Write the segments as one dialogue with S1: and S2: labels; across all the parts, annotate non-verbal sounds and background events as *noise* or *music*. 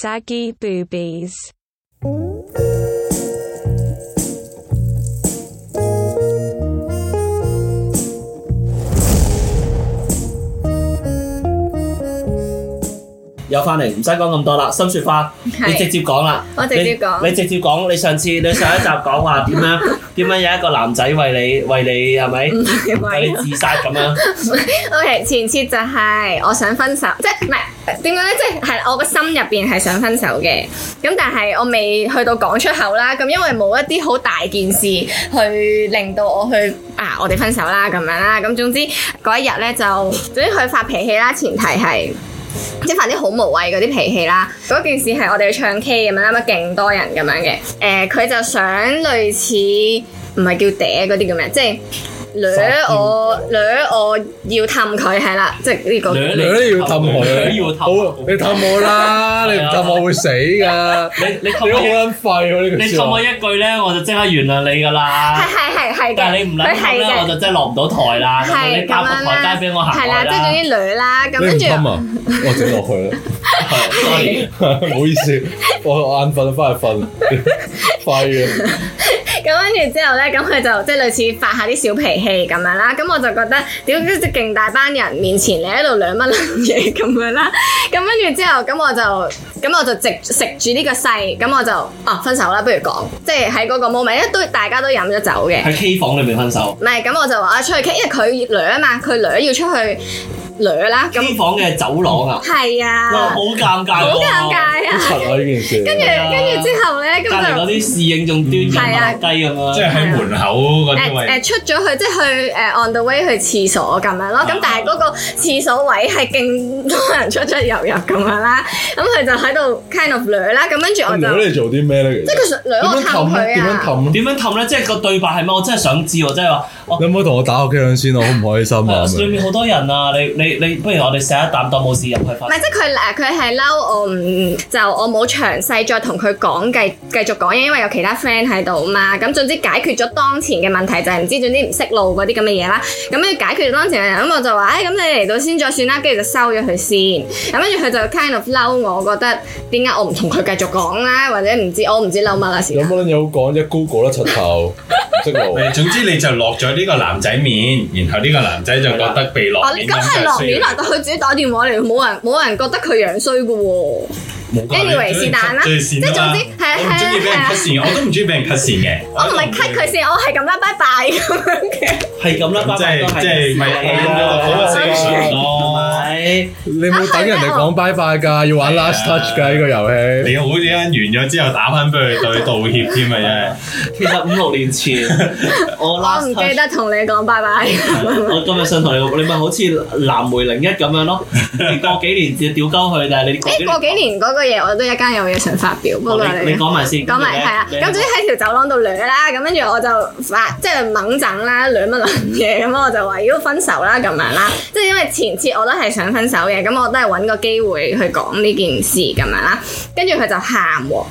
S1: saggy boobies.
S2: 又翻嚟，唔使講咁多啦。心雪花，
S3: 係
S2: 你直接講啦。
S3: 我直接講
S2: 你你直接講。你上次你上一集講話點樣
S3: *laughs*
S2: 點樣有一個男仔為你為你係咪
S3: 唔係
S2: 為
S3: 為
S2: 你自殺咁樣？
S3: *laughs* OK，前設就係我想分手，即係唔係點講咧？即係係我個心入邊係想分手嘅，咁但係我未去到講出口啦。咁因為冇一啲好大件事去令到我去啊，我哋分手啦咁樣啦。咁總之嗰一日咧就總之佢發脾氣啦，前提係。即係發啲好無謂嗰啲脾氣啦。嗰件事係我哋去唱 K 咁樣啦，乜勁多人咁樣嘅。誒、佢就想類似唔係叫嗲嗰啲叫咩？即係掠我掠我要氹佢係啦，即係呢、個。
S2: 掠
S3: 唔
S2: 你
S4: 你都要氹我
S2: 你都要氹
S4: 好，你氹我 *laughs* 啦，你唔氹我會死噶。
S2: 你你
S4: *laughs* 你
S2: 氹
S4: 都好
S2: 我
S4: 撚廢喎
S2: 一
S4: 呢
S2: 你氹
S4: 句説
S2: 我
S4: 話。
S2: 一句咧，我就即刻原諒你噶啦
S3: 係。係係係
S2: 啊但
S3: 嘅，
S2: 係你唔撚
S3: 佢
S2: 氹
S3: 係
S2: 咧，我
S3: 嘅，
S2: 就真係落唔到台啦。咁樣
S3: 係
S2: 你
S3: 咁
S2: 交個
S3: 樣
S2: 台
S3: 啦，
S2: 階俾我行
S3: 係
S2: 開
S3: 啦，即係
S2: 啦
S3: 總。之女啦，咁
S4: 你唔
S3: 跟住
S4: 氹啊？我整落去啦。 *laughs*
S2: 係 *laughs* sorry
S4: 唔好意思，我我眼瞓，翻去瞓。 *laughs* 廢啊！
S3: 咁跟住之後咧，咁佢就即係類似發下啲小脾氣咁樣啦。咁我就覺得屌，即係勁大班人面前你喺度兩乜撚嘢咁樣啦。 *laughs* 咁跟住之後，咁我就咁我就直食住呢個勢，咁我就啊分手啦，不如講，即係喺嗰個 moment，因為都大家都飲咗酒嘅。
S2: 喺 K 房裏面分手。
S3: 唔係，咁我就話啊出去傾，因為佢掠啊嘛，佢掠要出去掠啦。咁
S2: K 房嘅走廊啊，
S3: 係
S2: 嗯哇，
S3: 啊
S2: 好，尷尬喎。
S3: 好尷尬啊！
S4: 柒啊呢件事。
S3: 跟住跟住之後咧，咁
S2: 隔離
S3: 就
S2: 嗰。啲侍應仲端
S3: 係啊
S2: 緊雞咁樣。
S5: 即係喺門口嗰啲
S3: 誒
S5: 位
S3: 誒，出咗去，即係去誒 on the way 去廁所咁樣咯。咁但係嗰個廁所位係勁多人出出入入咁樣啦。咁佢就喺度 kind of 掠啦。咁跟住我
S4: 咁
S3: 就
S4: 女啊你做啲咩咧？
S3: 即係佢想掠
S4: 點
S3: 我
S4: 樣
S3: 氹
S4: 氹咧？
S3: 佢
S4: 點樣
S3: 啊！
S4: 氹咧？
S2: 點樣氹咧？即係個對白係咩？我真係想知喎！即係話，我
S5: 啊
S4: 你唔好同我打個機響先，我好唔開心啊！
S2: 裏面好多人啊！你你你，不如我哋食一啖當冇事入去
S3: 唔
S2: 瞓。
S3: 係，即係佢呃誒，佢係嬲我唔就我冇詳細再同佢講繼繼續講嘢，因為有其他 friend 喺度嘛。咁總之解決咗當前嘅問題就係唔知總之唔識路嗰啲咁嘅嘢啦。咁跟住解決咗當前嘅人，咁我就話：，誒、咁你嚟到先再算啦。跟住就收咗佢先。咁跟住佢就 kind of 嬲我，覺得點解我唔同佢繼續講啦，或者唔知我唔知嬲乜啦時
S4: 有
S3: 間。
S4: 冇撚嘢好講啫？Google 啦，柒頭，唔識路。
S5: 誒，總之你就落咗呢個男仔面，然後呢個男仔就覺得被
S3: 我
S5: 落面
S3: 咁係落面啦，但佢自己打電話嚟，冇人冇人覺得佢樣衰嘅喎。anyway，是但啦
S5: 最
S3: 即
S5: 善
S3: 係總
S5: 啦
S3: 之係啊係啊
S5: 我唔中意俾人 cut 線嘅，我都唔中意俾人 cut 線嘅。
S3: *laughs* 我唔係 cut 佢先，我係咁啦，拜拜咁樣嘅。
S2: 係咁啦，
S5: 咁即係即係咪
S2: 係
S5: 好過死個船
S3: 哦
S5: 咯？
S2: 係
S4: 你冇等人哋講拜拜㗎，要玩 last touch 㗎呢個遊戲。
S5: 你好似啱完咗之後打翻俾佢對道歉添啊！
S2: 其實五六年
S3: *laughs*
S2: 前我
S3: 我
S2: *laughs*
S3: 唔
S2: last
S3: 記
S2: time
S3: 得同你講拜拜。
S2: 我今日想同你講，你咪好似藍莓零一咁樣
S5: *laughs*
S2: 咯。你過幾年就屌鳩佢，但係你過幾
S3: 誒，過幾年嗰個嘢我都一間有嘢想發表，不過
S2: 哦你你
S3: 你
S2: 講埋先。
S3: 講埋係啊，咁總之喺條走廊度掠啦，咁跟住我就發即係猛整啦，掠乜撚嘢咁，我就話要分手啦咁樣啦，即係因為前次我都係想分手嘅，咁我都係揾個機會去講呢件事咁樣啦，跟住佢就喊喎。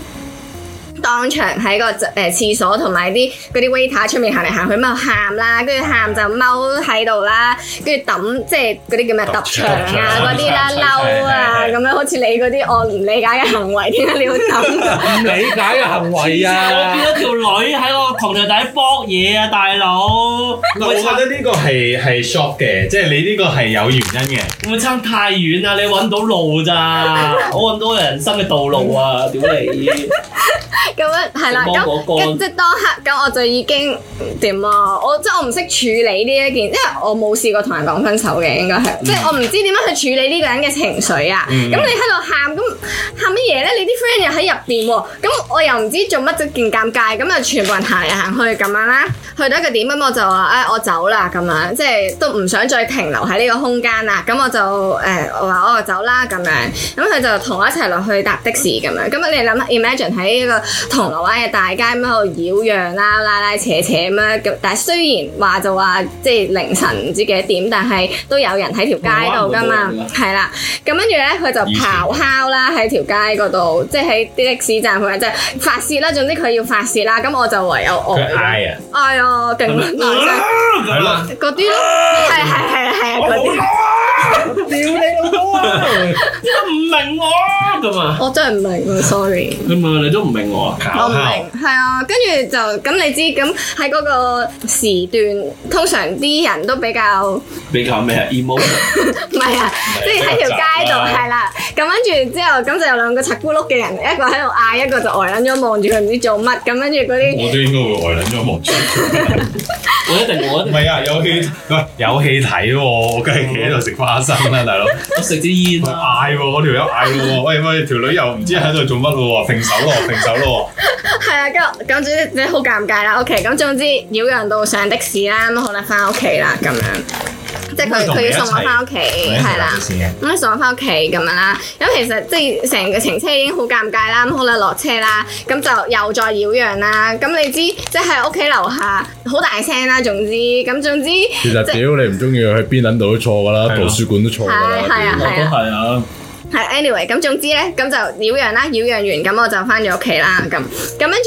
S3: 當場喺個誒廁所同埋啲嗰啲 waiter 出面行嚟行去，咁就喊啦，跟住喊就踎喺度啦，跟住揼即係嗰啲叫咩揼牆啊嗰啲啦，嬲啊咁樣，好似你嗰啲我唔理解嘅行為，點解你要揼？
S4: 唔理解嘅行為
S2: 我見
S4: 啊！
S2: 到條女喺我堂條底搏嘢啊，大佬！
S5: 我覺得呢個係係 shock 嘅，即係你呢個係有原因嘅。
S2: 會唔會啊差太遠啦？你揾到路
S3: *laughs*
S2: 咋？我揾到人生嘅道路啊！屌你！
S3: *laughs* 咁樣係啦，
S2: 望我
S3: 咁
S2: 幹
S3: 跟即係當刻咁我就已經點啊！我即係我唔識處理呢一件，因為我冇試過同人講分手嘅，應該係即係我唔知點樣去處理呢個人嘅情緒啊！咁、
S5: 嗯
S3: 你喺度喊，咁喊乜嘢咧？你啲 friend 又喺入邊喎，咁我又唔知做乜，就勁尷尬，咁啊全部人行嚟行去咁樣啦，去到一個點咁我就話誒、哎我走啦咁樣，即係都唔想再停留喺呢個空間啦，咁我就誒、我話我就走啦咁樣，咁佢就同我一齊落去搭的士咁樣，咁你諗下 imagine 喺一個銅鑼灣嘅大街咁喺度擾攘啦，拉拉扯扯咁樣，咁但係雖然話就話即係凌晨唔知幾多點，但係都有人喺條街度噶嘛
S2: 冇啊冇啊，
S3: 係啦，咁跟住咧佢就
S5: 以前
S3: 咆哮啦喺條街嗰度，即係喺啲的士站附近，即係發泄啦，總之佢要發泄啦，咁我就唯有
S5: 佢
S3: 呆啦，
S5: 嗌啊，
S3: 哎呀，勁難
S2: 係咪啊哦
S3: 嗰啲咯，係係係係啊嗰啲。
S4: 屌你老母啊！
S2: 點解唔明我咁啊？
S3: 我真係唔明啊，sorry。
S2: 咁啊，你都唔明我啊？
S5: 姣
S3: 我唔
S5: 姣
S3: 明，係啊，跟住就咁你知，咁喺嗰個時段，通常啲人都比較 *laughs* 唔
S2: 比較咩啊？emotion
S3: 係啊，即係喺條街度
S5: 比較雜啦
S3: 係啦，咁跟住之後咁就有兩個柒咕碌嘅人，一個喺度嗌，一個就呆撚咗望住佢唔知做乜，咁跟住嗰啲
S5: 我都應該會呆撚咗望住。
S2: 我一定我一
S5: 唔
S2: 定
S5: 係啊，有戲喂有戲睇喎，我梗係企喺度食花生啦，大佬。
S2: 我食支煙啊
S5: 佢
S2: 啦。
S5: 嗌喎，我條友嗌喎，喂喂，條女又唔知喺度做乜咯喎，停手咯，停手咯
S3: 係啊，跟住咁總之你好尷尬啦。OK，咁總之擾攘到上的士啦，咁好啦，翻屋企啦咁樣，即係佢
S5: 咁佢同你
S3: 佢
S5: 一齊
S3: 要送我翻屋企，
S5: 喎。
S3: 係啦。咁佢送我翻屋企咁樣啦，咁其實即係成個程車已經好尷尬啦，咁好啦落車啦，咁就又再擾攘啦，咁你知即係喺屋企樓下好大聲啦，總之咁總之
S4: 其實
S3: 即
S4: 屌你唔中意去邊撚度都錯噶啦，
S5: 係啊
S4: 圖書館都錯噶
S3: 係係啊
S4: 啦。
S2: 我都係啊，
S3: 係 anyway，咁總之咧，咁就擾攘啦，擾攘完咁我就翻咗屋企啦，咁咁跟住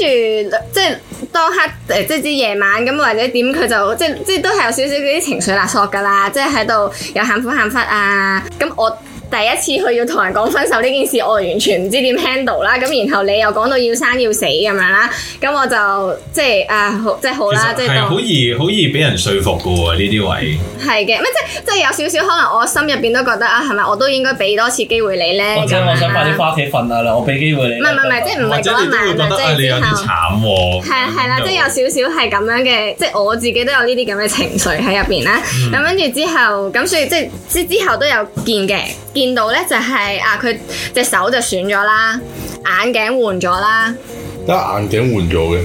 S3: 即係當刻誒，即係知夜晚咁或者點佢就即係即係都係有少少嗰啲情緒勒索㗎啦，即係喺度又喊苦喊忽啊，咁我。第一次去要同人講分手呢件事，我完全唔知點 handle 啦。咁然後你又講到要生要死咁樣啦，咁我就即係啊，好即係好
S5: 其
S3: 啦，即
S5: 實
S3: 係
S5: 係
S3: 當
S5: 好易好易俾人說服噶喎，呢啲位。
S3: 係嘅，咩即係即係有少少可能我心入邊都覺得啊，係咪我都應該俾多次機會你咧？
S2: 或者我想快
S3: 咁樣啦
S2: 啲翻屋企瞓下啦，我俾機會你
S3: 唔
S2: 啦。
S3: 係唔係唔係，即係唔
S5: 或
S3: 係
S5: 者
S3: 嗰一
S5: 你都會
S3: 晚
S5: 覺得啊，
S3: 啊，
S5: 你
S3: 即
S5: 有
S3: 係之
S5: 啲
S3: 後。
S5: 慘嗯喎。
S3: 係啊係啦，即係有少少係咁樣嘅，即係我自己都有呢啲咁嘅情緒喺入邊啦。
S5: 嗯
S3: 咁跟住之後，咁所以即係之之後都有見嘅，見到咧就係、啊，佢隻手就損咗啦，眼鏡換咗啦，
S4: 得眼鏡換咗嘅，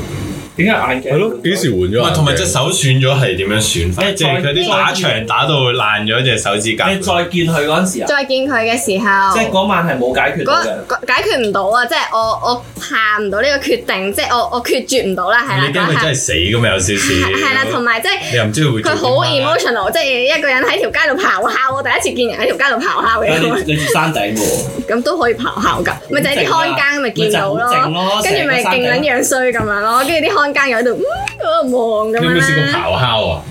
S2: *laughs* 點解眼鏡？
S4: 係咯，幾時換咗眼
S5: 喂
S4: 鏡？
S5: 同埋隻手損咗係哎點樣損法？
S2: 你再
S5: 即係佢啲打場打到爛咗隻手指甲。
S2: 你再見佢嗰陣時啊，
S3: 再見佢嘅時候，
S2: 即係嗰晚係冇解決到
S3: 嗰
S2: 嘅。
S3: 嗰解決唔到啊！即係我我下唔到呢個決定，即係我我決絕唔到啦，係啦，
S5: 你驚
S3: 嗰
S5: 佢真
S3: 下
S5: 係死咁有少少。
S3: 係係啦，同埋即係。
S5: 你又唔知佢會做
S3: 佢
S5: 啊啲乜
S3: 好 emotional，即啊係一個人喺條街度咆哮。我第一次見人喺條街度咆哮
S5: 哎
S2: 但係
S3: 嘅，
S2: 你你住山頂嘅喎，
S3: 咁都可以咆哮㗎。咪就係啲看更咪見到
S2: 咪就好靜
S3: 咯
S2: 咯，
S3: 跟住咪
S2: 成個山頂
S3: 勁撚樣衰咁樣咯。跟住啲看更又喺度，嗯喺度望咁
S5: 你有冇試過
S3: 樣啦。
S5: 咆哮啊？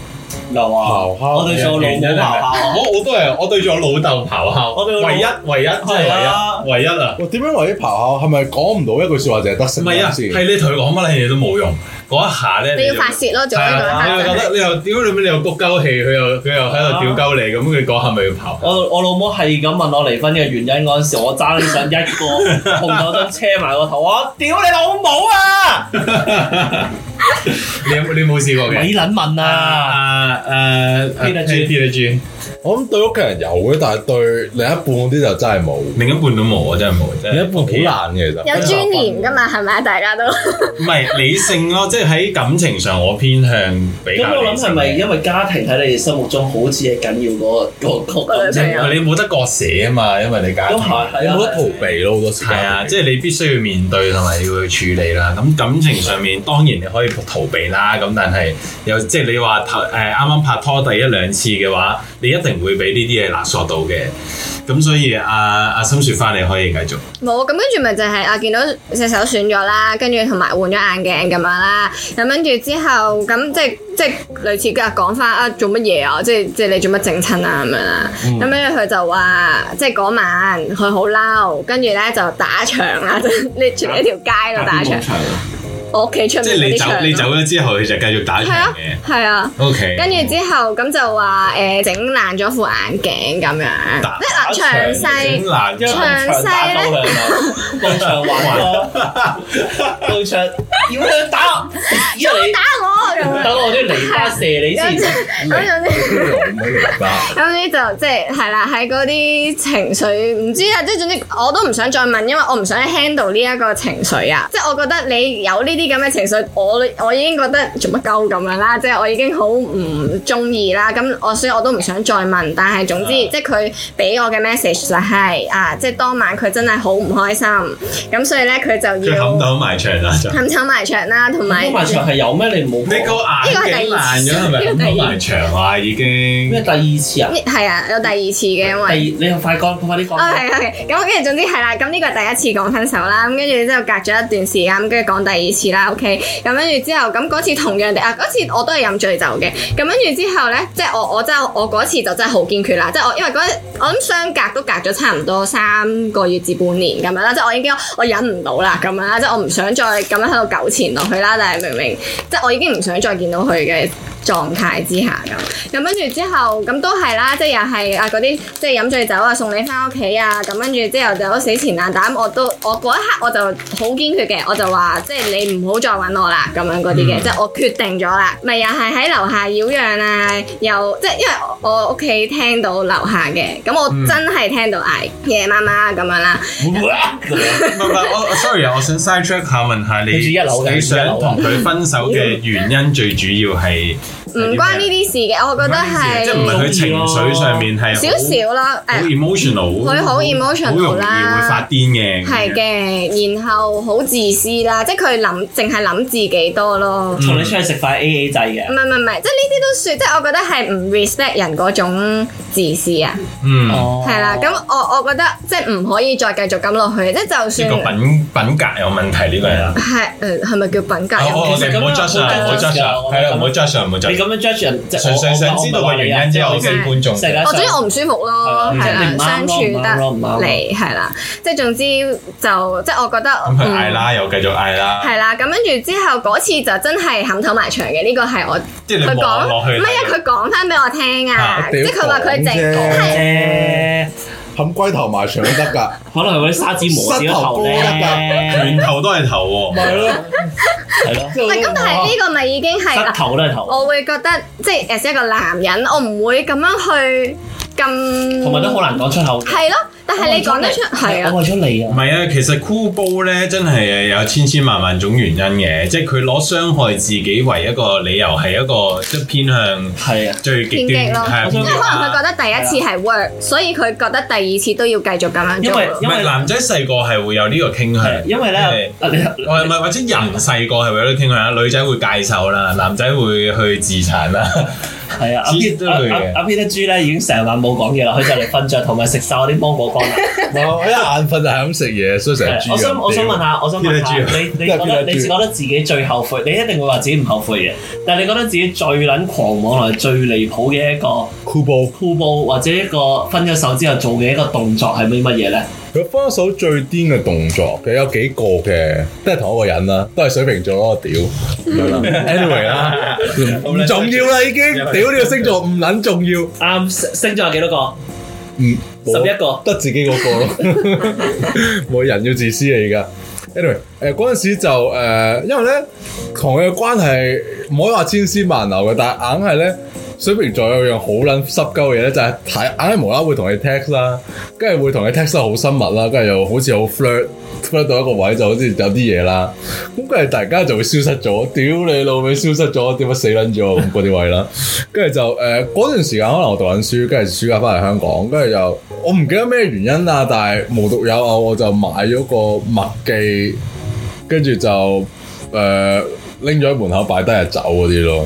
S2: 流啊！
S4: 咆哮
S2: 我對住我老母咆哮。
S5: 我我都係，我對住我老豆咆哮。
S2: 我對我老
S5: 唯一唯一真
S2: 係啊
S5: 係唯一唯一啊！
S4: 我點樣為啲咆哮？係咪講唔到一句説話就係得
S5: 唔
S4: 性
S5: 係啊，
S4: 先？
S5: 係你同佢講乜嘢都冇用，嗰一下咧
S3: 你要
S5: 就
S3: 發泄咯，做呢
S5: 係啊，你
S3: 個
S5: 又覺得你又屌你咩？你又谷鳩氣，佢又佢又喺度屌鳩你，咁佢嗰下咪要咆哮。
S2: 我我老母係咁問我離婚嘅原因嗰陣時，我爭啲想一個碰頭都車埋個頭，我屌你老母啊！
S5: 你有冇你冇試過嘅？
S2: 咪撚問啊！
S5: 啊誒
S2: Peter G
S5: Peter G，
S4: 我諗對屋企人有嘅，但係對另一半嗰啲就真係冇。
S5: 另一半都冇，我真係冇。真係
S4: 另一半
S5: Dạ.
S4: 好難嘅，其實
S3: 有尊嚴㗎嘛，係咪啊？大家都
S5: 唔係理性咯，即係喺感情上，我偏向比
S2: 咁
S5: 較
S2: 我
S5: 理
S2: 諗
S5: 性
S2: 係咪因為家庭喺你哋心目中好似係緊要過個個感情？
S3: 係啊
S5: 你冇得割捨啊嘛，因為你家
S2: 咁
S5: 庭
S2: 係係
S4: 你
S2: 啊，
S4: 冇得逃避咯，好多時間
S5: 係啊，即係你必須要面對同埋要去處理啦。咁感情上面當然你可以逃避啦，咁但係又即係你話頭誒啱啱拍拖第一兩次嘅話，你一定會俾呢啲嘢勒索到嘅。咁所以阿阿心雪翻你可以繼續。
S3: 冇咁跟住咪就係啊，見到隻手損咗啦，跟住同埋換咗眼鏡咁樣啦。咁跟住之後咁即係即係類似今日講翻啊，做乜嘢啊？即係即係你做乜整親啊咁樣啦。咁跟住佢就話，即係嗰晚佢好嬲，跟住咧就打牆啦， *laughs* 就匿住喺條街度打牆。我屋企出
S5: 即
S3: 面嗰啲
S5: 係你走
S3: 牆咯。
S5: 你走咗之後，佢就繼續打
S3: 係
S5: 場
S3: 啊
S5: 嘅。
S3: 係啊。
S5: O K，
S3: 跟住之後咁就話誒整爛咗副眼鏡咁樣，
S5: 打
S3: 即係嗱詳細。
S5: 難
S2: 因為長打鳩佢係咪？長玩咯，到長屌你打，因為
S3: 打我咁
S2: 你
S3: 樣
S2: 等我啲泥巴射你
S3: 咁
S2: 先。
S3: 就咁樣
S4: 唔好嚟啦
S3: 咁呢就即係係啦，喺嗰啲情緒唔知啊，即係總之我都唔想再問，因為我唔想 handle 呢一個情緒啊。即係我覺得你有呢啲咁嘅情緒，我我已經覺得做乜鳩咁樣啦，即係我已經好唔中意啦。咁我所以我都唔想再問，但係總之
S5: 啊
S3: 即係佢俾我嘅 message 就係、啊，即係當晚佢真係好唔開心，咁所以咧佢就
S5: 佢
S3: 要
S5: 冚到埋牆啦就。
S3: 冚丑埋牆啦，同埋
S2: 冚埋牆常係有咩？你冇
S5: 你個
S2: 講
S5: 眼鏡爛咗係咪咁多埋牆啊？已經
S2: 咩第二次啊？
S3: 係啊，有第二次嘅，因
S2: 第
S3: 為。
S2: 你又快講，快啲講。
S3: 哦，係係，咁跟住總之係啦，咁呢個係第一次講分手啦，咁跟住之後隔咗一段時間，咁跟住講第二次啦，OK，咁跟住之後，咁嗰次同樣地啊，嗰次我都係飲醉酒嘅，咁跟住之後咧，即係我我真係我嗰次就真係好堅決啦，即係我因為嗰陣我諗相隔都隔咗差唔多三個月至半年咁樣啦，即係我已經我忍唔到啦咁樣啦，即係我唔想再咁樣喺度糾纏落去啦，但係明明即係我已經唔想再見到佢嘅狀態之下咁。咁跟住之後，咁都係啦，即係又係啊嗰啲即係飲醉酒啊，送你翻屋企啊，咁跟住之後就死纏爛打，我都我嗰一刻我就好堅決嘅，我就話即係你唔好再揾我啦，咁樣嗰啲嘅，
S5: 嗯
S3: 即係我決定咗啦，咪又係喺樓下擾攘啊，又即係因為我屋企聽到樓下嘅，咁我
S5: 嗯
S3: 真係聽到嗌夜媽媽咁樣啦，
S5: 唔係唔係，我我 sorry 啊，我想 side track 下問下你，
S2: 你住一樓㗎
S5: 你
S2: 住一
S5: 想
S2: 樓啊
S5: 同佢分手嘅原因最主要係
S3: 唔關呢啲事嘅，我覺得係
S5: 即係唔係佢情緒上面係好
S3: 少少啦，
S5: 好
S3: 誒。
S5: emotional，
S3: 佢好 emotional
S5: 好容易
S3: 啦
S5: 會發癲嘅，
S3: 係嘅，然後好自私啦，即係佢諗，淨係諗自己多咯。
S5: 嗯
S2: 同你出去食飯 A A 制
S3: 唔
S2: 嘅。
S3: 係唔係唔係，即係呢啲都算，即係我覺得係唔 respect 人嗰種自私啊，
S5: 嗯。
S2: 哦
S3: 係啦、咁我我覺得即係唔可以再繼續咁落去，即係就
S5: 呢
S3: 算
S5: 個品品格有問題呢個人啊，
S3: 係誒係咪叫品格有
S5: 我
S3: 問
S5: 我
S3: 題？
S5: 哋唔好 judge 啊，唔好 judge 啊，係啦，唔好 judge 啊，唔好
S2: 你
S5: judge
S2: 咁。樣 judge 人，即係
S5: 純粹想知道個原因啫，我
S2: 世
S5: 先觀眾。
S2: 界
S3: 我總之我
S2: 上
S3: 唔舒服咯，
S2: 係
S3: 係
S2: 啦
S3: 啦，相處
S2: 唔啱咯唔啱咯唔啱咯
S3: 得嚟係啦，即係總之就即係我覺得
S5: 咁佢嗌
S3: 嗯
S5: 啦，又繼續嗌啦，
S3: 係啦，咁跟住之後嗰次就真係冚頭埋牆嘅，呢個係我
S5: 即係
S3: 佢
S5: 你望落
S3: 講，
S5: 去。
S3: 唔係啊，佢講翻俾我聽啊
S5: 啊，
S3: 即係佢話佢淨
S2: 啫，
S3: 係
S4: 冚龜頭埋牆都得㗎，
S2: 可能係嗰啲砂紙磨少頭咧，
S5: 拳頭都係頭喎，
S4: 咪咯，
S2: 係咯，
S3: 唔係咁，但係呢個咪已經係
S2: 膝
S5: 啊
S3: 啦，哦
S2: 頭都係頭，
S3: 我會覺得即係 as 一個男人，我唔會咁樣去咁，
S2: 同埋都好難講出口。
S3: 係咯，但係你講得出係啊，
S2: 我為咗你
S5: 唔
S2: 啊，
S5: 係啊，其實箍煲咧真係有千千萬萬種原因嘅，即係佢攞傷害自己為一個理由，係一個即係偏向
S2: 係啊，
S5: 最極
S3: 偏激咯
S5: 端，係啊，
S2: 我想
S3: 因為可能佢覺得
S5: 得。
S3: 第一次係 work，所以佢覺得第二次都要繼續咁樣
S2: 因
S3: 做
S2: 為
S3: 咯。
S5: 唔係男仔細個係會有呢個傾向
S2: 係，因為咧，啊你
S5: 我唔係或者人細個係會有啲傾向啦，女仔會戒手啦，男仔會去自殘啦。
S2: 係啊，阿 P 阿阿 P 得豬咧已經成晚冇講嘢啦，佢就嚟瞓着，同埋食晒我啲芒果乾啦。
S4: 我一眼瞓就係咁食嘢，所以成日
S2: 係
S4: 豬
S2: 呃我想我想問
S4: 咁。
S2: 下，我想問下
S5: 邊個豬啊
S2: 你，你
S4: 邊
S2: 覺
S4: 個
S2: 得
S4: 邊個豬
S2: 你覺得自己最後悔，你一定會話自己唔後悔嘅，但係你覺得自己最撚狂妄同埋最離譜嘅一個
S4: 酷暴，
S2: 酷暴或者一個分咗手之後做嘅一個動作係咩乜嘢咧？
S4: 佢分手最癲嘅動作，佢有幾個嘅，都係同一個人啦，都係水瓶座咯，屌咁樣啦，anyway
S5: 嗯
S4: 啦，唔重要啦已經，屌呢個星座唔撚重要，
S2: 啱升咗有幾多個？
S4: 嗯，
S2: 十一個。
S4: 得自己嗰個咯，
S2: *laughs*
S4: 冇人要自私嚟噶。anyway，誒嗰陣時就誒、呃因為咧同佢嘅關係唔可以話千絲萬縷嘅，但係硬係咧水瓶座有樣好撚濕鳩嘅嘢咧，就係睇硬係無啦啦會同你 text 啦，跟住會同你 text 得好深密啦，跟住又好似好 flirt。flirt 到一個位就好似有啲嘢啦，咁跟住突然間就會消失咗，屌你老味消失咗，點解死撚咗咁嗰啲位啦？跟住就呃誒嗰、段時間可能我讀緊書，跟住暑假翻嚟香港，跟住就呃我唔記得咩原因啦，但係無獨有偶我就買咗個麥記，跟住就誒拎咗喺門口擺低就走嗰啲咯，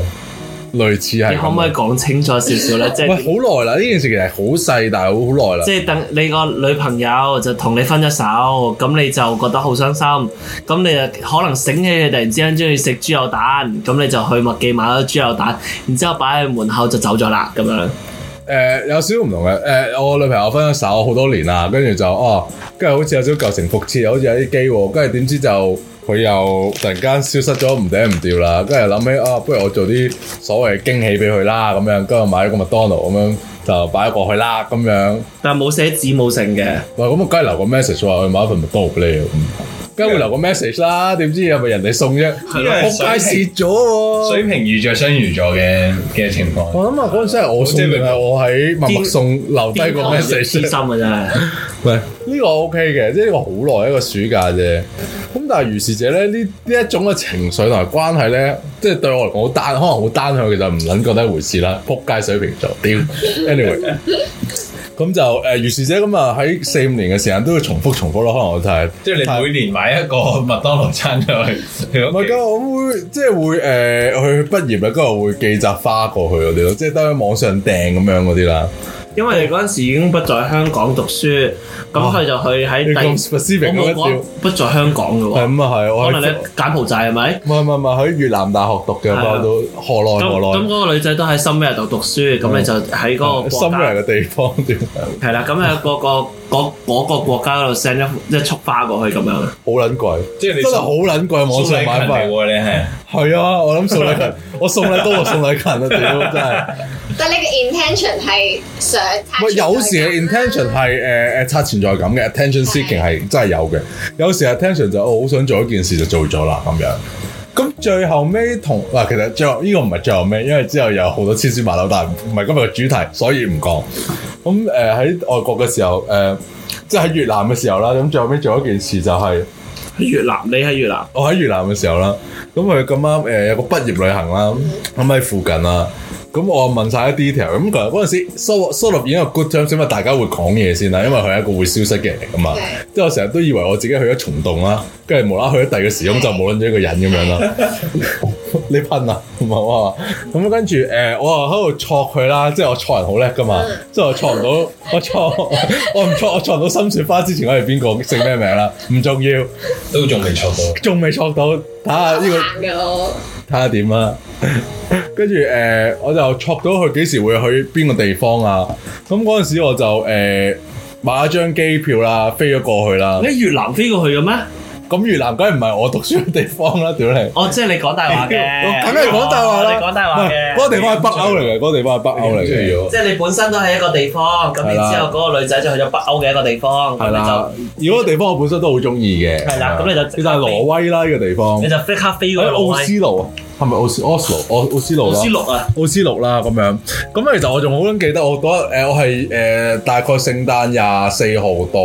S4: 類似係咁。
S2: 你可唔可以講清楚少少咧？即係
S4: 喂，好耐啦！呢件事其實好細，但係好好耐啦
S2: 即。係等你個女朋友就同你分咗手，咁你就覺得好傷心，咁你就可能醒起你突然之間中意食豬柳蛋，咁你就去麥記買咗豬柳蛋，然之後擺喺門口就走咗啦，咁樣。
S4: 誒、呃有少少唔同嘅，誒、我女朋友分咗手好多年啦，跟住就哦，跟住好似有少少舊情復熾，好似有啲機喎，跟住點知就佢又突然間消失咗，唔嗲唔掉啦，跟住諗起啊，不如我做啲所謂驚喜俾佢啦，咁樣，跟住買咗個麥當勞咁樣就擺咗過去啦，咁樣，
S2: 但係冇寫字冇剩嘅，
S4: 喂，咁我梗係留個 message 話我買一份麥當勞俾你啊，咁梗係會留個 message 啦，點知係咪人哋送啫？
S5: 因為
S4: 仆街蝕咗喎！
S5: 啊水瓶遇着雙魚座嘅嘅情況，
S4: 我諗啊，嗰陣時係我送定係我喺默默送留低個
S2: 痴心
S4: message
S2: 啊真係。
S4: 喂，呢個 O K 嘅，即係呢個好耐一個暑假啫。咁但係如是者咧，呢呢一種嘅情緒同埋關係咧，即係對我嚟講好單，可能好單向，其實唔撚覺得一回事啦。撲街水瓶座，屌，anyway。咁就誒如是者咁啊喺四五年嘅時間都會重複重複咯，可能我睇。
S5: 即係你每年買一個麥當勞餐出去，你
S4: 唔係
S5: 屋企
S4: 㗎，我會即係會誒、呃去畢業啦，跟住我會寄扎花過去嗰啲咯，即係都喺網上訂咁樣嗰啲啦。
S2: 因為嗰陣時已經不在香港讀書，咁佢就去喺
S4: 哦你咁
S2: 第我
S4: specific 咁
S2: 冇
S4: 一
S2: 講
S4: 調，
S2: 不在香港嘅
S4: 係
S2: 喎，
S4: 咁啊係，我
S2: 可能
S4: 喺
S2: 你柬埔寨係咪？
S4: 唔係唔係唔係喺越南大學讀嘅，
S2: 係啊
S4: 包到河
S2: 咁
S4: 內河
S2: 咁
S4: 內
S2: 嗰個女仔都喺深咩度讀書，咁你就喺嗰個國
S4: 哦深哦
S2: 家
S4: 嚟嘅地方屌
S2: 係啦，咁喺嗰個嗰嗰個國家嗰度 send 一一束花過去咁樣。
S4: 好撚貴，
S5: 即係你
S4: 真係好撚貴網上買
S5: 蘇禮
S4: 翻
S5: 勤嚟。喎，你係
S4: 係啊，我諗送禮勤，我送禮多過送禮勤啊！
S5: *laughs*
S4: 屌真係。
S3: 但你嘅 intention 係想
S4: 喂，有時嘅 intention 係誒誒刷存在感嘅，attention seeking 係真係有嘅。有時 attention 就哦我好想做一件事就做咗啦咁樣。咁最後尾同嗱，其實最後呢、個唔係最後尾，因為之後有好多千絲萬縷，但係唔係今日嘅主題，所以唔講。咁誒喺外國嘅時候，誒、即係喺越南嘅時候啦，咁最後尾做一件事就係、
S2: 喺越南，你喺越南，
S4: 我喺越南嘅時候啦，咁佢咁啱誒有個畢業旅行啦，咁喺附近啦，咁我問晒啲 detail，咁其實嗰陣時 so so 已經有 good terms，因為大家會講嘢先啦，因為佢係一個會消失嘅人嚟噶嘛，即係我成日都以為我自己去咗蟲洞啦，跟住無啦啦去咗第二個時空就冇撚咗一個人咁樣啦。 *laughs* 你噴啊，唔係我話咁跟住誒、呃我又喺度戳佢啦，即係我戳人好叻噶嘛，即係我戳唔到，我戳我唔戳，我戳唔到深雪花之前我係邊個姓咩名啦，唔重要。
S5: 都仲未錯到。
S4: 仲未錯到，睇下呢
S3: *laughs*
S4: 個
S3: 嘅我，
S4: 睇下點啦。跟住誒，呃我就錯到佢幾時會去邊個地方啊？咁嗰陣時我就誒、呃、買咗張機票啦，飛咗過去啦
S2: 你。喺越南飛過去嘅咩？
S4: 咁越南梗係唔係我讀書嘅地方啦，
S2: *laughs*
S4: 屌你！
S2: 哦，即係你講大話嘅，哦
S4: *laughs* 我梗係講大話啦，
S2: 你講大話嘅
S4: 唔係嗰個地方係北歐嚟嘅，嗰個地方係北歐嚟嘅。
S2: 即係你本身都係一個地方，咁然之後嗰個女仔就去咗北歐嘅一個地方，咁
S4: 係
S2: 你
S4: 啦
S2: 就，
S4: 而嗰個地方我本身都好中意嘅。
S2: 係啦咁你就
S4: 你就係挪威啦，呢個地方
S2: 你。就即刻飛過
S4: 喺
S2: 去挪
S4: 奧
S2: 威
S4: 斯陸啊，係咪奧斯奧斯陸？奧奧斯陸
S2: 奧
S4: 啦
S2: 斯。陸啊，
S4: 奧斯陸啦咁樣，咁其實我仲好撚記得我嗰日誒，我係誒、呃大概聖誕廿四號到，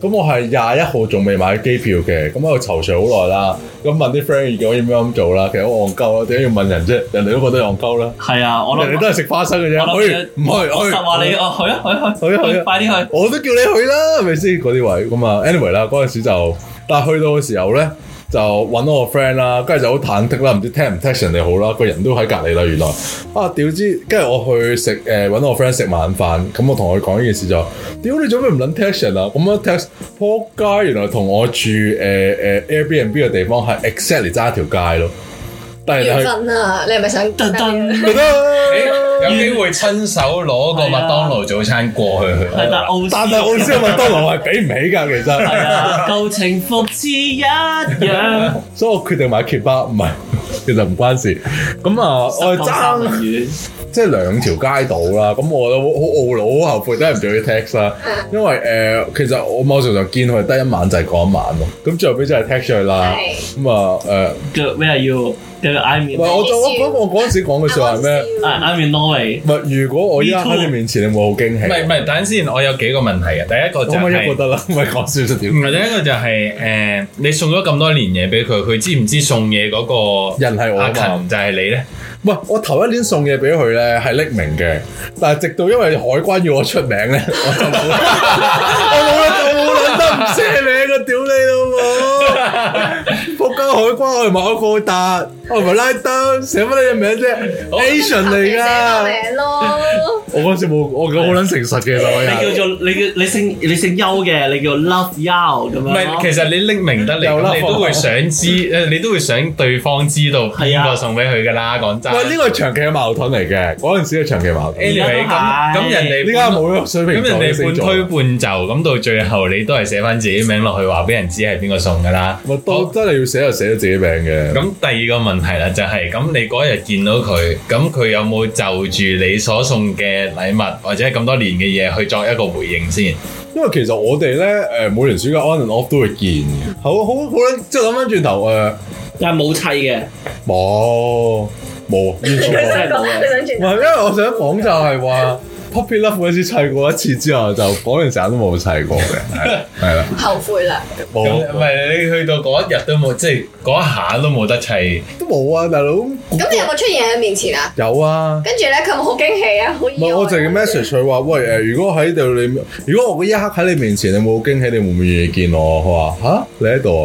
S4: 咁我係廿一號仲未買機票嘅，咁喺度躊躇好耐啦，咁問啲 friend 意見可以點樣做啦，其實好戇鳩啦，點解要問人啫？人哋都覺得戇鳩啦，
S2: 係啊，我
S4: 人哋
S2: 諗
S4: 都係食花生嘅
S2: 我諗
S4: 啫，去唔去
S2: 我實話你
S4: 去？
S2: 哦，去啊去
S4: 去啊
S2: 啊
S4: 去啊
S2: 去，去快啲去，
S4: 我都叫你去啦，係咪先嗰啲位咁啊？anyway 啦，嗰陣時就，但係去到嘅時候咧。就揾我個 friend 啦，跟住就好忐忑啦，唔知聽唔 text 人哋好啦，個人都喺隔離啦，原來啊屌之，跟住我去食誒揾我 friend 食晚飯，咁我同佢講呢件事就話，屌你做咩唔撚 text 人啊？咁樣 text 仆街，原來同我住誒誒、呃 Airbnb 嘅地方係 exactly 揸一條街咯，但係就
S3: 緣
S4: 係
S3: 分啊！你係咪想
S2: 噔噔，
S4: 得啦
S5: 有機會親手攞個麥當勞早餐過去去。
S2: 係但奧斯
S4: 但係我知道麥當勞係俾唔起㗎，其
S2: 係
S4: 實， *laughs*
S2: 啊，舊情復熾一樣，
S4: 所以我決定買 kebab，唔係，其實唔關事。咁啊， *laughs* 我係爭。
S2: 魚，
S4: 即係兩條街道啦，咁我都好好懊惱，好後悔，真係唔做啲 text 啦。因為誒、呃其實我某程度上見佢得一晚就係嗰一晚咯。咁最後尾真係 text 咗佢啦。
S3: 係
S4: 咁啊誒，唔、
S2: 叫咩要叫 I mean 啊
S4: 係我就我
S3: 你笑
S4: 我我嗰陣時講嘅説話係咩？
S2: I mean Norway，
S4: 唔係如果我依家
S2: Me
S4: 喺
S2: too
S4: 你面前，你會好驚喜。
S5: 唔係唔係，等陣先，我有幾個問題嘅。第一個就
S4: 可唔可以一個
S5: 係
S4: 得啦？唔係講笑就點
S5: 唔？係第一個就係誒，你送咗咁多年嘢俾佢，佢知唔知送嘢嗰個
S4: 人係我
S5: 阿
S4: 啊嘛。
S5: 勤就係你咧？
S4: 喂，我頭一年送嘢俾佢咧係匿名嘅，但係直到因為海關要我出名咧， *laughs* 我就冇，我冇得，我冇諗得唔寫名嘅，屌你老母！仆街海關，我係馬高達，我唔係拉登，寫乜你嘅名啫？Asian 嚟㗎，
S2: *laughs*
S3: 名咯，
S4: 我嗰時冇，我好撚誠實嘅，其實我
S2: 你
S4: 又
S2: 叫做你叫你姓你姓邱嘅，你叫 Love Yao 咁樣
S5: 唔
S2: 咯。
S5: 係，其實你匿名得嚟，
S4: 有啦
S5: 咁你都會想知誒，你都會想對方知道邊個送俾佢㗎啦。講真，
S4: 喂呢個係長期嘅矛盾嚟嘅，嗰陣時嘅長期矛盾，
S5: anyway 咁咁人哋
S4: 依家冇咗水
S5: 咁
S4: 平
S5: 人
S4: 座嘅
S5: 哋
S4: 星
S5: 半
S4: 座
S5: 推。半就，咁到最後你都係寫翻自己名落去，話俾人知係邊個送噶啦。
S4: 咪
S5: 好
S4: 當真係要寫就寫咗自己名嘅。
S5: 咁第二個問題啦，就係、咁你嗰日見到佢，咁佢有冇就住你所送嘅禮物或者咁多年嘅嘢去作一個回應先？
S4: 因為其實我哋咧，誒、每年暑假 on and off 都會見嘅，好好好撚即係諗翻轉頭誒，
S2: 但係冇砌嘅，
S4: 冇冇完
S2: 真
S4: 全冇。
S2: 係冇
S1: *laughs*
S2: 嘅。啊
S4: 唔係，因為我想講就係話， Puppy Love 嗰時砌過一次之後，就嗰陣時間都冇砌過
S1: *laughs*
S4: 嘅，係係啦，
S1: 後悔啦，
S5: 咁
S4: 冇
S5: 唔係你去到嗰一日都冇，即係嗰一下都冇得砌。
S4: 都冇啊，大佬
S1: 咁你有冇出現喺佢面前啊？
S4: 有啊。
S1: 跟住咧，佢咪好驚喜啊，好意
S4: 唔係，我就嘅 message 佢話：喂，誒、如果喺度你，如果我嗰一刻喺你面前，你冇驚喜，你會唔會願意見我？佢話：吓，你喺度啊，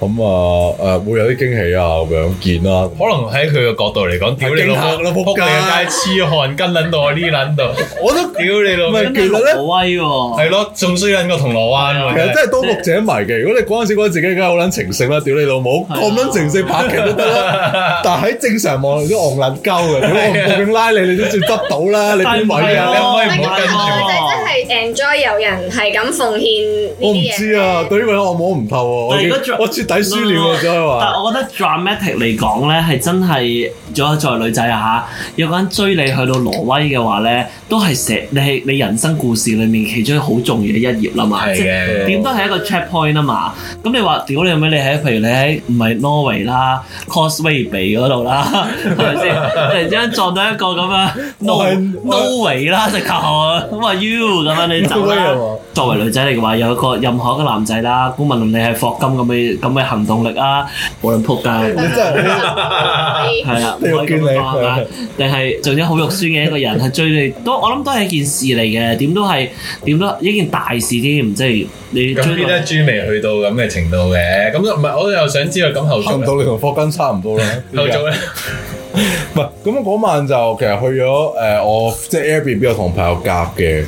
S4: 咁啊，誒、會有啲驚喜啊，咁樣見啦、
S5: 可能喺佢嘅角度嚟講，屌你老
S4: 驚嚇啦
S5: 母，
S4: 仆
S5: 仆
S4: 街
S5: 你個街痴漢跟撚到我呢撚度，
S4: 我都
S5: 屌你老
S4: 唔
S5: 母，
S4: 係其實咧。
S2: 好威喎，
S5: 係咯，仲衰撚過銅鑼灣
S4: 其實
S5: 喎。
S4: 真係多讀者迷嘅。如果你嗰陣時覺得自己梗係好撚情聖啦，屌你老母，
S2: 係啊
S4: 咁撚情聖拍劇都得 *laughs* 啦。但係喺正常望嚟都戇撚鳩嘅。如果我報警拉你，你都照執到啦。你邊位
S5: 你
S4: 啊？
S5: 可唔可以唔好跟住
S1: 女
S5: 我？
S1: 仔真係 enjoy 有人係咁奉獻呢
S4: 我唔
S1: 啲嘢。
S4: 知啊，對呢位我摸唔透喎。我
S2: 但係如果
S4: 已
S2: 着
S4: 我徹底輸了啊，真係
S2: 但
S4: 話。
S2: 係我覺得 dramatic 嚟講咧，係真係，如果作為女仔啊嚇，有個人追你去到挪威嘅話咧，都係成你係你人生故事裡面其中好重要嘅一頁啦嘛。
S5: 係
S2: 即係
S5: 嘅，
S2: 點都係一個 checkpoint 啊嘛，咁你話屌你有咩？你喺譬如你喺唔係挪威啦 c o s w a y b 嗰度啦， *laughs* 係咪先？突然之間撞到一個咁樣
S4: 我係
S2: no no way 啦，直頭咁話 you 咁樣你走
S4: No way 啊
S2: 啦
S4: 嘛。
S2: 作為女仔嚟嘅話，有一個任何一個男仔啦，估無論你係霍金咁嘅咁嘅行動力啊，無論撲街。
S4: *laughs* 你真係
S2: 係啦，唔
S4: 你
S2: 可
S4: 要
S2: 以
S4: 見
S2: 咁
S4: 你
S2: 講啊！定係做咗好肉酸嘅一個人，係追 *laughs* 你都我諗都係一件事嚟嘅，點都係點都一件大事添，即係你
S5: 咁
S2: 追
S5: 邊
S2: 到
S5: 一豬未去到咁嘅程度嘅，咁唔係我又想知道咁後
S4: 行
S5: 續
S4: 到你同霍金差唔多啦。啊
S5: 咧，後續咧，
S4: 唔係，咁嗰晚就其實去咗誒、呃我即係 Airbnb 我同朋友夾嘅，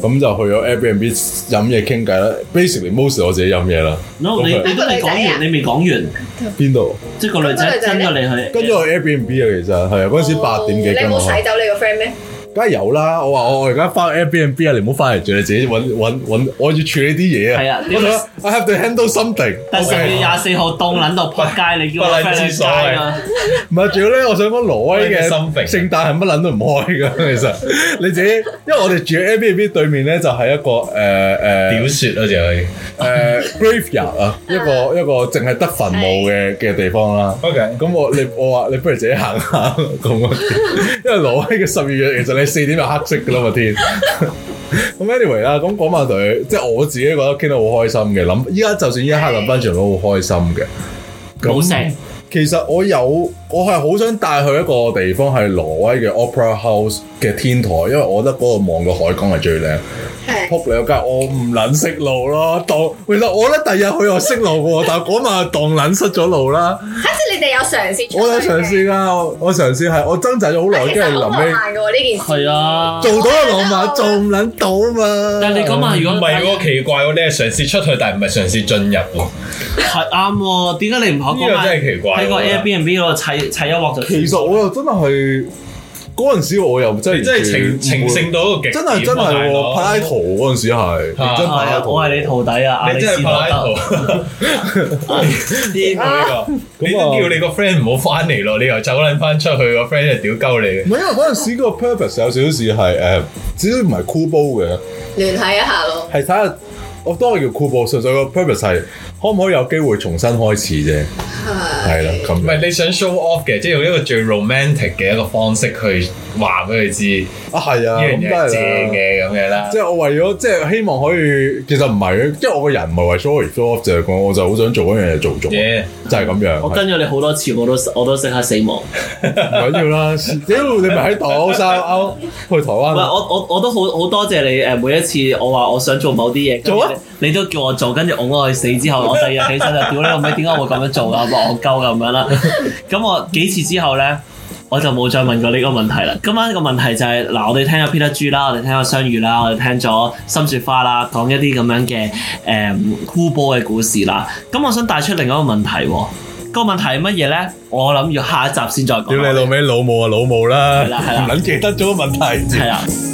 S4: 咁就去咗 Airbnb 飲嘢傾偈啦。Basically most 我自己飲嘢啦。
S2: No，你你都未講完，你未講完，
S4: 邊度？
S2: 即係個女仔跟咗你去，
S4: 跟住我 Airbnb 啊，其實係啊，嗰陣時八點幾
S1: 哦你有
S4: 跟
S1: 冇
S4: 我
S1: 洗
S4: 去，
S1: 走你個 friend 咩？
S4: 梗係有啦。我話哦我我而家翻 Airbnb 啊，你唔好翻嚟住，你自己揾揾揾，我要處理啲嘢啊。
S2: 係啊
S4: 我就 I have to handle something。
S2: 但係十月廿四號凍撚到仆街，你叫我 friend 去街啊！
S4: 唔係，仲有咧，我想講挪威嘅
S5: 我哋
S4: 聖
S5: 嘅心
S4: 誕係乜撚都唔開噶，其實 *laughs* 你自己，因為我哋住喺 Airbnb 對面咧，就係一個誒誒。呃呃
S5: 屌雪咯就係。
S4: 誒 graveyard 啊，一個一個淨係得墳墓嘅嘅地方啦。
S5: OK，
S4: 咁我你我話你不如自己行下咁啊， *laughs* 因為挪威嘅十二月其實你四點就黑色噶啦嘛天。 *laughs* 咁 anyway 啦，咁嗰晚同佢，即係我自己覺得傾得好開心嘅，諗依家就算依一刻諗翻轉都好開心嘅。咁
S2: 冇成，
S4: 其實我有，我係好想帶去一個地方係挪威嘅 Opera House 嘅天台，因為我覺得嗰個望個海港係最靚。
S1: 係
S4: 撲兩間，我唔撚識路咯，當其實我咧第日佢又識路喎，但係嗰晚當撚失咗路啦。
S1: 嚇！即係你哋有嘗試出去嘅，
S4: 我有嘗試噶，我我嘗試係我掙扎咗好
S1: 但
S4: 耐，
S1: 其實
S4: 跟住
S1: 好
S4: 臨
S1: 浪
S4: 尾
S1: 漫嘅喎呢件事。
S2: 係啊。
S4: 做到個浪漫，做唔撚到啊嘛。
S2: 但係你講話如
S5: 嗯唔
S2: 果
S5: 係喎，奇怪喎，你係嘗試出去，但係唔係嘗試進入喎。
S2: 係啱喎，點解你唔學
S5: 呢個真係奇怪
S2: 喺個
S5: 我覺得
S2: Airbnb 嗰度砌砌一鑊就
S4: 其實我又真係嗰陣時，我又真係
S5: 即係情
S4: 完全
S5: 情
S4: 唔會
S5: 聖到一個極
S4: 真
S5: 點
S4: 係真
S5: 喎
S4: 係喎，
S5: 大
S4: 柏
S5: 佬
S4: 拉圖嗰陣時係
S5: 啊
S4: 認真柏
S2: 係
S4: 拉
S2: 啊，
S4: 圖。
S2: 我係你徒弟啊，阿
S5: 你
S2: 里
S5: 真
S2: 斯
S5: 係柏
S2: 多
S5: 拉
S2: 德。
S5: 圖， *laughs* 癲
S4: 啊
S5: 喎呢個！你都叫你個 friend 唔好翻嚟咯，你又走撚翻出去，個 friend 就屌鳩
S4: 唔係因為嗰陣時個 purpose 有少少似係誒，至少唔係箍煲嘅。
S1: 聯繫一下咯。
S4: 係睇下我當然叫酷步，純粹個 purpose 係可唔可以有機會重新開始啫，係啦咁
S5: 你。唔
S4: 樣。
S5: 係你想 show off 嘅，即係用一個最 romantic 嘅一個方式去話俾佢知
S4: 啊係
S5: 呢
S4: 啊，
S5: 樣
S4: 咁
S5: 嘢
S4: 都
S5: 係
S4: 係
S5: 正
S4: 啦。
S5: 嘅咁樣啦
S4: 即。係我為咗即係希望可以，其實唔係嘅，即係我個人唔係為 sorry show off 就係講，我就好想做嗰樣嘢做做，
S5: 嘢
S4: 就係咁樣。
S2: 我
S4: 係
S2: 跟咗你好多次，我都我都即刻死亡。
S4: 唔緊要啦，屌你咪喺度生勾去台
S2: 唔係
S4: 灣。
S2: 我我我都好好多謝你誒，每一次我話我想做某啲嘢，
S4: 做啊
S2: 跟住你你都叫我做，跟住㧬我去死之後，我第二日起身就屌你老味，點解我會咁樣做啊？戇鳩咁樣
S4: *laughs*
S2: 啦。咁我幾次之後咧，我就冇再問過呢個問題啦。今晚個問題就係、嗱，我哋聽咗 Peter 豬啦，我哋聽咗相遇啦，我哋聽咗心雪花啦，講一啲咁樣嘅誒嗯箍波嘅故事啦。咁我想帶出另一個問題喎，個問題係乜嘢咧？我諗要下一集先再講。
S4: 屌你老味老母啊老母啦，
S2: 係啦係啦
S4: 唔撚記得咗個問題。
S2: 係啦，啊